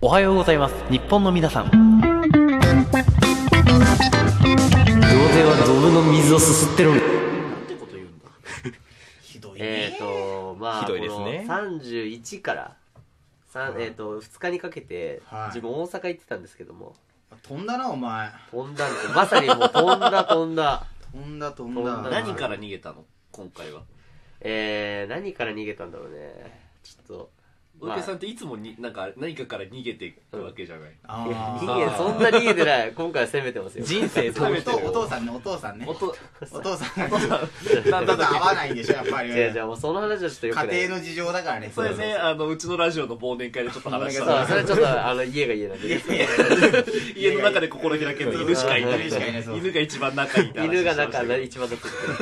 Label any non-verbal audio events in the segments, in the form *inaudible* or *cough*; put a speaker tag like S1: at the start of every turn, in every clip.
S1: おはようございます日本の皆さん童貞はドブの水をすすってる
S2: なんてこと言うんだひどい
S3: え
S2: ね
S3: っ、とまあ
S4: ひどいですね
S3: この31から、三
S2: はい
S3: えー、と2日にかけて、
S2: はい
S3: 自分大阪行ってたんですけども
S5: 飛んだなお前
S3: 飛んだんですよまさにもう飛んだ飛んだ
S5: 飛んだ飛ん
S3: 飛んだ
S5: だ
S2: 何から逃げたの今回は
S3: えー、何から逃げたんだろうねちょっと
S2: 大竹さんっていつもになんか何かから逃げていくわけじゃない、
S3: いや
S5: あ
S3: 逃
S5: ー
S3: げそんな逃げてない今回は攻めてますよ
S4: 人生通
S5: お
S4: して
S5: 父お父さんねお父さんね
S2: おと
S5: お父さんが *laughs*
S2: だんだんだ
S5: 合わないんでしょやっぱり
S3: 違う違うもうその話はちょっとよくな
S5: 家
S3: い
S5: 庭の事情だからね
S2: それねあのうちのラジオの忘年会でちょっと話し
S3: そう
S2: た
S3: それはちょっとあの家が家なんで
S2: 家の中で心開けて犬しかいない
S5: 犬しかいないそう
S2: 犬が一番仲いいって話
S3: 犬がなんか
S2: してましたけ
S3: 一番だっ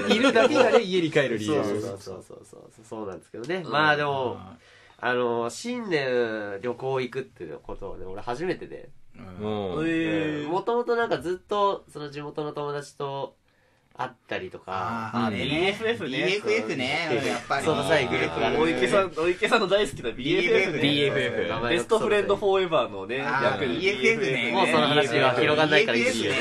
S3: て
S4: 犬だけがね家に帰る理
S3: そうそう
S4: 由
S3: そうそうそうそうそうなんですけどね、まあでもあの新年旅行行くっていうことをね俺初めてで
S5: うん
S4: も
S2: ど
S4: う
S2: えー
S3: もともとなんかずっとその地元の友達と会ったりとか
S5: あー
S2: うん
S5: でね
S2: BFF ね
S5: BFF ねうんやっぱり
S3: そうさえグループがある
S2: 大池さん大池さんの大好きな BFF ね
S3: 名
S4: BFF
S3: 前が
S2: ベストフレンドフォーエバーのね
S5: あー
S2: 役で
S5: BFF ね
S3: もうその話は広がんないからいいよね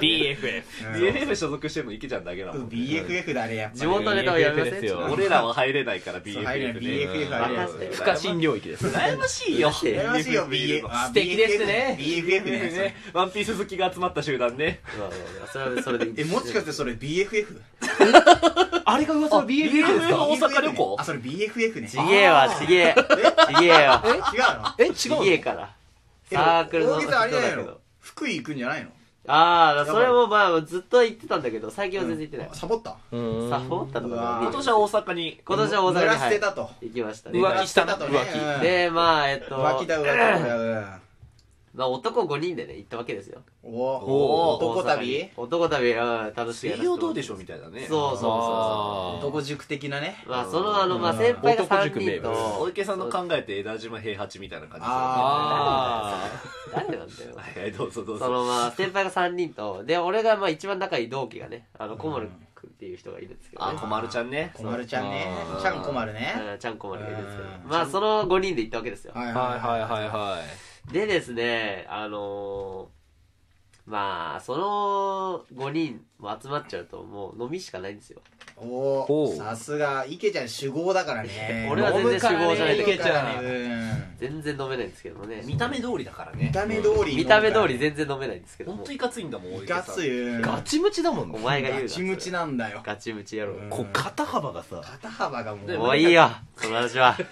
S4: BFF
S2: BFF 所属してるの池ちゃんだけだもん
S5: BFF だねやっぱり
S3: 地元ネタはやめません
S4: BFF ですよ
S2: 俺らは入れないから
S5: そう入れ
S2: BFF
S5: ない
S2: ね
S5: BFF 入れない
S3: うん
S4: 不可侵領域です
S2: 羨ましいよ
S5: 羨ましいよ BFF あ
S4: 素敵ですね
S5: BFF
S2: ね
S5: ね
S2: ワンピース好きが集まった集団ね
S3: まあまあまあそれはそれでいい
S5: えもしかしてそれ BFF
S4: あれが噂の BFF です
S2: BFF
S4: か
S2: 大阪旅行
S5: あそれ BFF ね
S3: ちげえわちげえちげえわ
S5: え違うの
S4: え違う
S3: ちげえから
S5: え
S3: サークルの
S5: 大
S3: 人
S5: げさ
S3: だ
S5: あれじゃない
S3: け
S5: の
S3: ど
S5: 福井行くんじゃないの
S3: ああそれもまあずっと言ってたんだけど最近は全然言って
S5: サボった
S3: ない
S4: の
S3: サボったのか
S5: うわ
S3: な
S5: ー
S2: 今年は大阪に
S3: 今年は大阪に
S5: 村
S3: は
S5: 捨
S3: い
S5: てたと
S3: 行きましたね
S4: 浮気したの
S5: と
S4: 浮
S5: ね
S4: 気
S5: うん
S3: でまあえっと
S5: 浮気だ浮気だ
S3: まあ、男5人でね行ったわけですよ
S5: うんお
S2: お
S5: お男旅
S3: 男旅は楽しい
S2: 水曜どうで
S3: し
S2: しょうみたいなね
S3: そうそうそうそ
S4: あ
S5: 男塾的なね
S3: うまあそのあの、まあ、先輩が3人
S4: 男塾名
S3: と
S2: 小池さんの考えて枝島平八みたいな感じ
S5: あ
S4: あ
S3: 誰なんだよ
S2: ですよねはいはいどうぞどう
S3: そ
S2: ぞ
S3: のまあ先輩が3人とで俺がまあ一番仲いい同期がねあの小丸君っていう人がいるんですけど、
S2: あ
S3: ね
S2: こまるちゃんね
S5: こまるちゃんね
S4: あー
S5: ちゃんこまるね
S3: うんちゃん小丸がいるんですけど
S5: うん
S3: まあその5人で行ったわけですよ
S5: はい
S4: ーはいはいはいはい
S3: でですねあのーまあその5人も集まっちゃうともう飲みしかないんですよ
S5: お
S4: お
S5: おさすが池ちゃん主語だからね
S3: 俺は全然主語じゃない
S4: 飲むからね池ちゃん
S3: 全
S5: ん
S3: 然飲めないんですけどもね
S2: 見た目通りだからね
S5: 見た目通り
S3: 見た目通り全然飲めないんですけど
S2: 本
S3: も
S2: 当いかついんだもん大池
S5: ガ
S2: さん
S5: ツユ
S4: ガチムチだもん
S3: お
S4: ね
S3: 前が言うな
S5: ガチムチなんだよ
S3: ガチムチ野郎
S5: うん
S4: こう肩幅がさ
S5: 肩幅がもう
S2: で
S3: もういいよその話は
S5: うん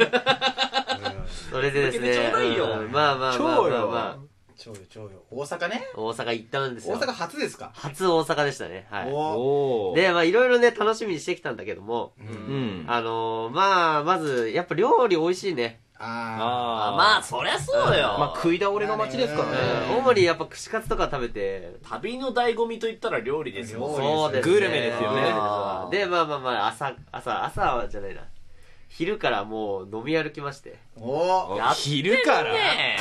S3: それでですね
S2: ちょうどいいよ
S3: うんまあまあまあま
S4: 超
S3: あ、
S4: よ
S3: ま
S5: 超よ超よ大阪ね
S3: あ、大阪行ったんです
S5: 大
S3: よ
S5: 阪初ですか
S3: 初大阪でしたねは
S5: お
S4: お
S3: い
S4: お
S3: でまあいろいろね楽しみにしてきたんだけども
S5: う
S4: うんん
S3: あのー、まあまずやっぱ料理美味しいね、
S5: あ
S4: あ
S2: あ
S4: ー
S2: まあそりゃそうよ
S4: まあ食い倒れの街ですか
S3: う
S4: ら
S3: ん、
S4: ね
S3: 主にやっぱ串カツとか食べて
S2: 旅の醍醐味といったら料理ですよ
S5: 料
S3: そうです、
S4: グルメですよね
S3: あーでまあまあまあ朝朝朝はじゃないな昼からもう飲み歩きまして
S5: ーお
S2: やってるね
S4: 昼から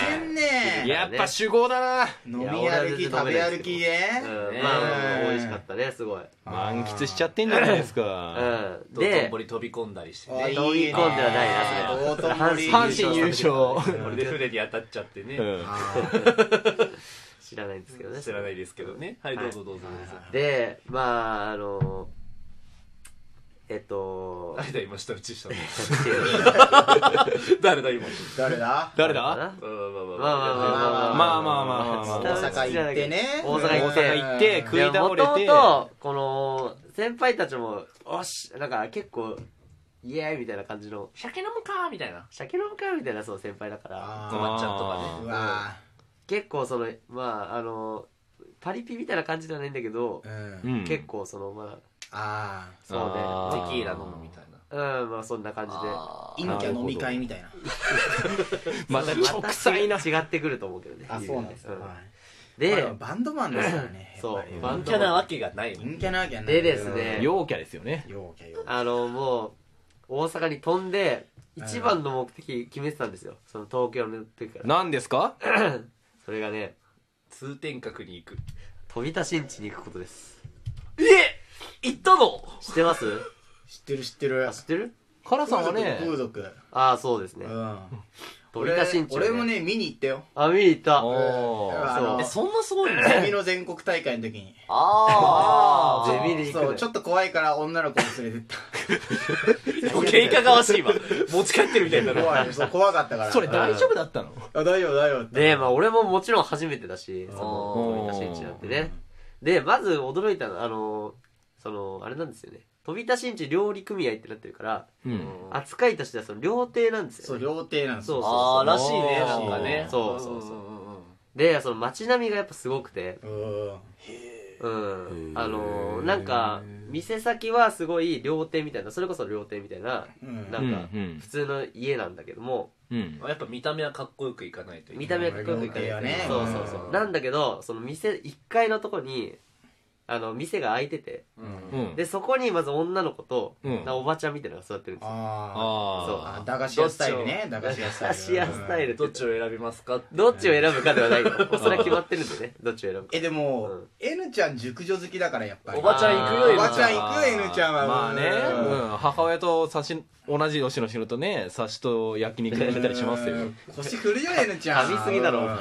S5: 天ね
S4: やっぱ主語だな
S5: 飲み歩き食べ歩き
S3: うん
S5: ね
S3: まあまあまあ美味しかったねすごい
S4: 満喫しちゃってんじゃないですか
S3: うん
S2: 道頓
S3: で
S2: 堀飛び込んだりして
S5: あ
S2: ね
S5: いい
S3: 飛び込んではないなそれ
S5: 道頓堀
S4: 阪神優
S5: う
S4: 勝
S5: ん
S4: *laughs*
S2: これで船に当たっちゃってね
S4: うん
S5: あ
S3: 知らないんですけどね
S2: 知らないですけどねはいどうぞどうぞどうぞ
S3: でまああのえっと
S2: 誰だ今下打ちしたの誰だ今
S5: ー誰だ
S4: *laughs* 誰だ
S2: うん
S3: まあ *laughs* まあまあまあ
S4: まあまあまあまあ
S5: 大
S4: まあ
S5: 阪行ってね
S3: 大阪行って
S4: 大阪行って食い
S3: も
S4: 倒
S3: と
S4: れ
S3: も
S4: て
S3: とこの先輩たちも「おし」なんか結構「イエーイ!」みたいな感じの
S2: 酒飲むかみたいな
S3: 「酒飲むか?」みたいなそう先輩だから
S5: あ
S2: 困っちゃうとか
S5: ー
S2: ね
S5: うわ
S3: 結構そのまああのパリピみたいな感じではないんだけど
S5: ーうん
S4: うん
S3: 結構そのまあ
S5: あ
S3: そうね
S4: あー
S2: テキーラ飲むみたいな
S3: うんまあそんな感じで
S2: あ
S5: ー陰キャ飲み会みたいな
S4: また
S3: また
S4: 直塞な
S3: 違ってくると思うけどね
S5: よ
S3: で
S5: バンドマンですからね
S3: そう
S5: やっぱり
S3: バ
S2: ー陰キャなわけがないもん
S5: 陰キャなわけやない
S3: でですね
S4: 陽キャですよね
S5: 陽キャ陽キャ
S3: あのもう大阪に飛んで一番の目的決めてたんですよその東京の時から
S4: 何ですか
S3: それがね
S2: 通天閣に行く
S3: 富田新地に行くことです
S2: え行ったの
S3: 知ってます
S5: *laughs* 知ってる知ってる
S3: あ知ってる
S4: カラさんは
S5: 風
S4: ね
S5: 俗
S3: ああそうですね
S5: 風俗うん
S3: 鳥田新地を
S5: 俺俺もね見に行ったよ
S3: あ見に行った
S4: おー
S5: あの
S2: えそんなすごいの
S5: ゼミの全国大会の時に
S3: ああゼミで行く
S5: そうちょっと怖いから女の子も連れてった
S2: 余計いかがわしいわ持ち帰ってるみたい
S3: *laughs*
S2: になる
S5: 怖いそう怖かったから
S4: それ大丈夫だったの
S5: あ大丈夫大丈夫って
S3: で、まあ俺ももちろん初めてだし、その、
S4: うん
S3: 飛び出しんちなんてね。で、まず驚いたのは、あの、その、あれなんですよね。飛び出しんち料理組合ってなってるから、
S4: うん
S3: 扱いとしてはその料亭なんです
S5: そ
S3: よ、
S5: う
S3: ね。
S5: 料亭なんです
S3: そう
S5: よ
S2: ああらしいね
S4: おー
S2: なんかね
S3: そうそうそう
S2: うんうんうんうん
S3: で、その街並みがやっぱすごくて、
S5: うん
S3: うん。あの、なんか、店先はすごい料亭みたいな、それこそ料亭みたいな、
S5: うん
S3: なんか、普通の家なんだけども、
S4: うん
S2: やっぱ見た目はかっこよくいかないといけない
S3: 見た目はかっこよくいかない、
S5: ね
S3: そうそうそうう。
S2: ん
S3: なんだけど、その店、1階のとこに、あの、店が開いてて、
S2: うん
S4: うん
S3: でそこにまず女の子と、
S4: うん
S3: なんかおばちゃんみたいなのが座ってるんですよ
S5: あー
S4: あ
S5: あ駄菓子屋スタイルね駄菓子屋スタ
S3: 駄
S5: イル
S3: 菓子屋スタイル
S5: うん
S2: どっちを選びますかって
S3: どっちを選ぶかではない
S4: *laughs*
S3: のもうそれは決まってるんでねどっちを選ぶか
S5: えでも
S3: うん
S5: N ちゃん熟女好きだからやっぱり
S2: おばちゃん行くよ
S5: おばちゃん
S2: N
S5: 行くよ N ちゃんは
S4: まあね、
S5: うん
S4: うん、母親と差し同じ年の仕事ね差しと焼肉に行ったりしますよ
S5: うん腰振るよ N ちゃん
S3: 噛みすぎだろ
S5: うん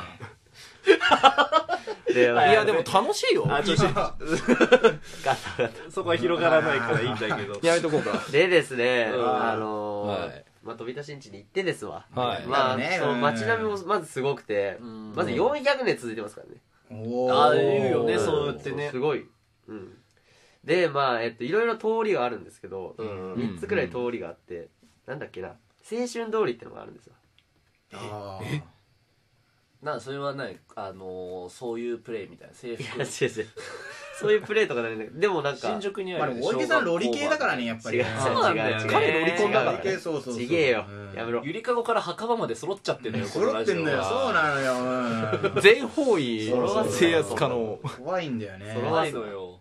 S3: でい
S4: いやでも楽しいよ
S2: あちょっと
S3: ガタガタ
S2: そこは広がらないからいいんだけど
S4: やめとこ
S3: *laughs*
S4: うか
S3: でですね、
S2: うん
S3: あのー
S4: はい
S3: まあ、飛び出しんちに行ってですわ、
S4: はい
S3: まあ、
S5: だね
S3: そう
S5: うん
S3: 街並みもまずすごくて、
S2: ん
S3: まず400年続いてますからね、
S5: お
S2: ああ
S5: ー
S2: 言うよね
S4: ん
S2: そうやってね
S3: すごい、うん、でまあえっといろいろ通りがあるんですけど、
S2: ん
S3: 三3つくらい通りがあって、なんだっけな青春通りってのがあるんですよ
S5: あ
S2: なそれは何あのーそういうプレイみたいな
S3: い
S2: 制
S3: *laughs* や違う
S2: 服
S3: 違うそういうプレーとかじゃないんだけどでもなんか
S2: 新宿に
S5: ー
S2: あ
S5: まあ
S2: る
S5: でも大池さんロリ系だからねやっぱり
S3: 違う違う違う
S2: そうなんだよね
S3: 彼乗り込んだから
S5: ロリ系そうそうそう
S3: ちげえよ
S5: うん
S3: やめろ
S2: ゆりかごから墓場まで揃っちゃってんのよこの
S5: 揃
S2: ラ
S5: っ
S2: ジ
S5: て
S2: オ
S5: んだよそうなのようん
S4: 全方位
S5: そうそうそう
S4: 制圧可能
S5: *laughs* 怖いんだよね
S3: 揃わ
S2: 怖いのよ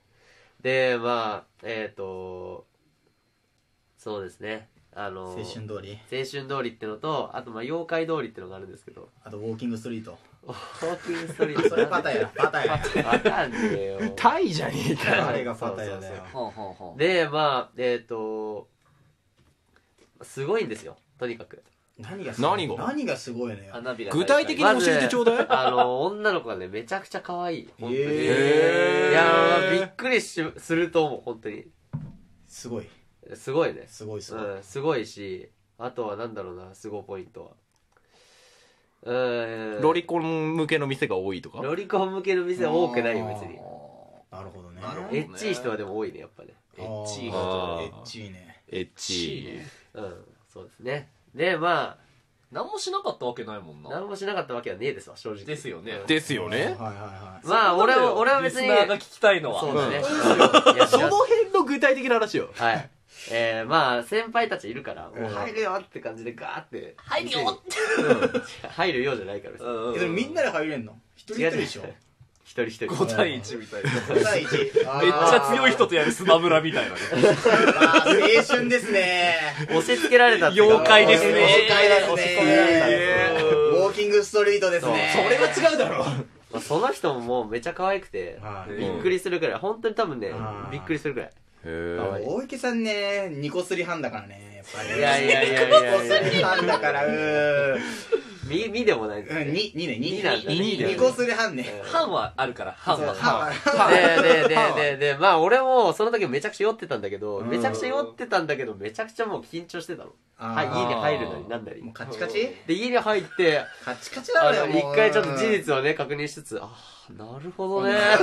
S3: でまあえっ、とそうですねあの
S5: 青春通り
S3: 青春通りってのとあとまあ妖怪通りってのがあるんですけど
S5: あとウォーキングストリート
S3: ウォーキングストリート
S5: それパタヤだパタヤ
S3: わかんねえ
S4: *laughs*
S3: よ
S4: タイじゃねえか
S5: 誰がパタヤだよ
S2: ほんほんほん
S3: でまあえっ、とすごいんですよとにかく
S5: 何がすごい
S4: 何が
S5: 何がすごいのよ
S2: 花びら
S4: 具体的に
S3: まず
S4: 教えてちょうだい
S3: あの女の子がねめちゃくちゃ可愛い本当に、
S5: へ
S4: ー
S3: いやーびっくりしすると思う本当に
S5: すごい
S3: すごいね
S5: すごいすごい
S3: うん、すごいしあとはなんだろうなすごいポイントはうーん
S4: ロリコン向けの店が多いとか
S3: ロリコン向けの店は多くないよ別に
S5: なるほどね
S2: なるほど
S3: エッチい人はでも多いねやっぱね
S5: エッチ
S2: エ
S5: いエ
S2: ッチい
S4: あー
S5: ッチいね
S4: エッチ
S3: うんそうですねでま
S2: 何もしなかったわけないもん
S3: あ
S2: な
S3: 何もしなかったわけはねえですわ正直
S2: ですよね
S4: ですよね
S5: はいはいはい
S3: まあ俺
S2: は
S3: は俺は別に
S2: リスナーが聞きたいのは
S3: そうだね、いや
S4: その辺の具体的な話よ
S3: はいえー、まあ先輩たちいるからもう入るよって感じでガーって入るよって入るようじゃないから別に
S2: うん
S5: えでもみんなで入れんの一人一人でしょ
S3: 違う違う *laughs* 一人一人
S2: 5対1みたいな
S5: 5対1めっち
S3: *laughs*
S2: めっちゃ強い人とやるスマブラみたいなね
S5: 青春です
S3: *laughs*
S5: ね
S3: 押し付けられたっていうか
S2: 妖怪ですね
S5: 妖怪ですね
S3: 押し込められたんですよ
S5: ウォーキングストリートですね
S3: そうそれは
S5: 違うだろ
S3: まあ、その人ももうめちゃ可愛くて、
S5: はい
S3: びっくりするくらい本当に多分ね
S5: あー
S3: びっくりするくらい
S4: へ
S5: 大池さんねニコスリ班だからねやっぱり
S3: いやいやいやいやい
S5: ニコ
S3: や
S5: スリ班だからうーん
S3: みみでもないんですよ
S5: うん
S3: ね
S5: ににね
S3: になんだね
S5: ニコスリ班ね
S2: *laughs* 班はあるから班
S5: そう
S2: は
S5: は
S3: でででででまあ俺もその時めちゃくちゃ酔ってたんだけどめちゃくちゃ酔ってたんだけどめちゃくちゃもう緊張してたの
S5: あー
S3: はい家に入るなりなんなり
S5: もうカチカチ
S3: で家に入って
S5: カチカチ
S3: あ
S5: だよ
S3: の
S5: もう
S3: 一回ちょっと事実をね確認しつつああなるほどね一回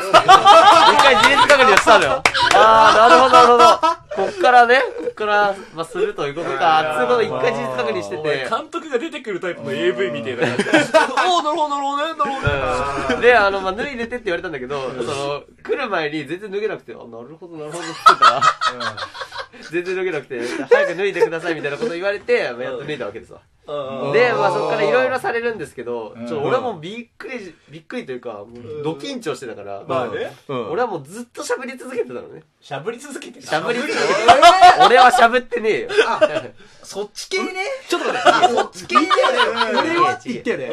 S3: 事実確認をしたのよああなるほどなるほどこっからねこっから、まあ、するということかつうことで一回事実確認して
S2: お前
S3: て
S2: 監督が出てくるタイプの AV みたいな感じ *laughs* おおなるほどなるほどねなるほどね
S3: うんで、あの、まあ、脱いでてって言われたんだけど、その、来る前に全然脱げなくて、あ、なるほど、なるほどって言ったら、全然脱げなくて、早く脱いでくださいみたいなこと言われて、まあ、やっと脱いだわけですわ。
S2: うん
S3: で、まあ、そっからいろいろされるんですけど、
S5: ん
S3: ちょっと俺もびっくりし、びっくりというか、もうド緊張してたから、
S2: まあね
S4: うん
S3: 俺はもうずっと喋り続けてたのね。
S2: しゃぶり続けてる
S3: 喋り続けて、俺は喋ってねえよ。
S5: そっち系ね
S4: ちょっと待って
S5: *laughs* そっち系ね
S4: 俺はって言ってよね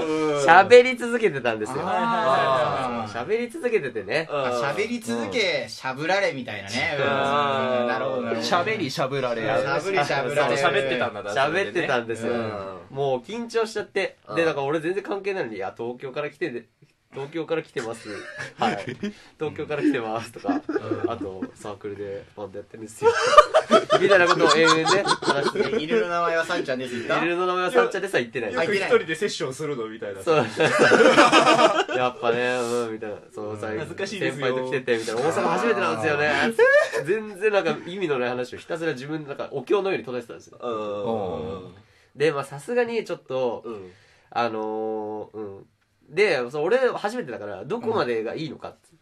S3: 喋り続けてたんですよ。
S5: あー
S3: 喋り続けててね。
S5: あ喋り続けしゃぶられみたいなねうん
S2: うん
S5: なるほどなるほど
S4: しゃべりしゃぶられ
S5: しゃぶりしゃぶられ
S2: そう喋ってたんだ
S3: 喋ってたんですよ
S2: うん
S3: もう緊張しちゃって
S2: う。ん
S3: で、だから俺全然関係ないのに、いや、東京から来てで、東京から来てます。はい。東京から来てますとか、あと、サークルでバンドやってるんですよ。 *laughs* みたいなことを永遠ね、話して。
S5: え犬の名前はサンちゃんです言った
S3: イルの名前はサッチャでさ、言ってない。
S6: よく
S5: 入って
S6: 一
S5: ない
S6: 人でセッションするのみたいな
S3: そう。 *laughs* やっぱね、うん、みたいな。そう、最
S6: 恥ずかしいですよ
S3: 先輩と来てて、みたいな。大阪初めてなんですよね。全然なんか意味のない話をひたすら自分の中、お経のように唱えてたんですよ。
S4: うん
S3: で、まあさすがにちょっと、
S2: うん
S3: あのー、うん。で、そう俺初めてだから、どこまでがいいのかっていう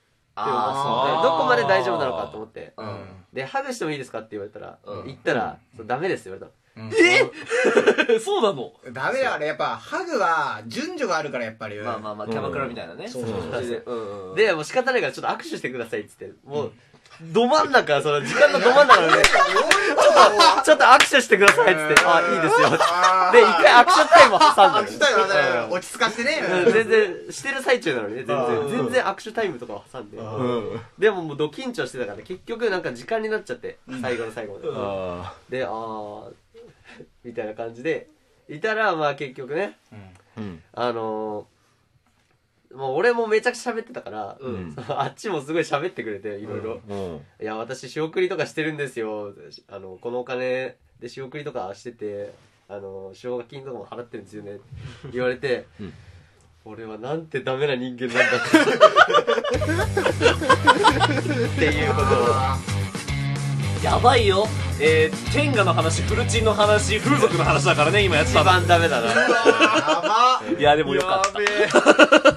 S3: のがそう
S4: あー
S3: でどこまで大丈夫なのかと思って。
S2: う
S3: で、ハグしてもいいですかって言われたら、
S2: うん
S3: 言ったら、そうダメですって言われたの。
S2: んそうなの
S5: うんダメだあれやっぱハグは順序があるからやっぱり
S2: まあまあまあキャバクラみたいなね
S5: そうそう
S2: それでうんうん
S3: で、もう仕方ないからちょっと握手してくださいって言って、もう、ど真ん中、その時間のど真ん中で、ちょっと握手してくださいって言って、あ、いいですよ。
S5: あ
S3: で、一回握手タイムを挟ん
S5: 握手タイム
S3: だの
S5: はね落ち着かせてね
S3: うん全然、してる最中なのにね、全
S6: うん
S3: 然。全然握手タイムとかを挟んで。
S4: うん
S3: でももうド緊張してたから、結局なんか時間になっちゃって、最後の最後まで。
S4: あ
S3: で、あー、みたいな感じで、いたら、まあ結局ね、
S4: ーうん
S3: あのー、もう俺もめちゃくちゃ喋ってたから、
S4: ん
S3: そのあっちもすごい喋ってくれて、いろいろ。
S4: うん
S3: いや、私、仕送りとかしてるんですよ。あの、このお金で仕送りとかしてて、あの、奨学金とかも払ってるんですよね。って言われて、
S4: ん
S3: 俺はなんてダメな人間なんだって。っていうことを。
S6: やばいよえー、天下の話フルチンの話風俗の話だからね今やって
S3: 一
S6: たの
S3: 番ダメだな。
S5: やば
S6: いやでもよかった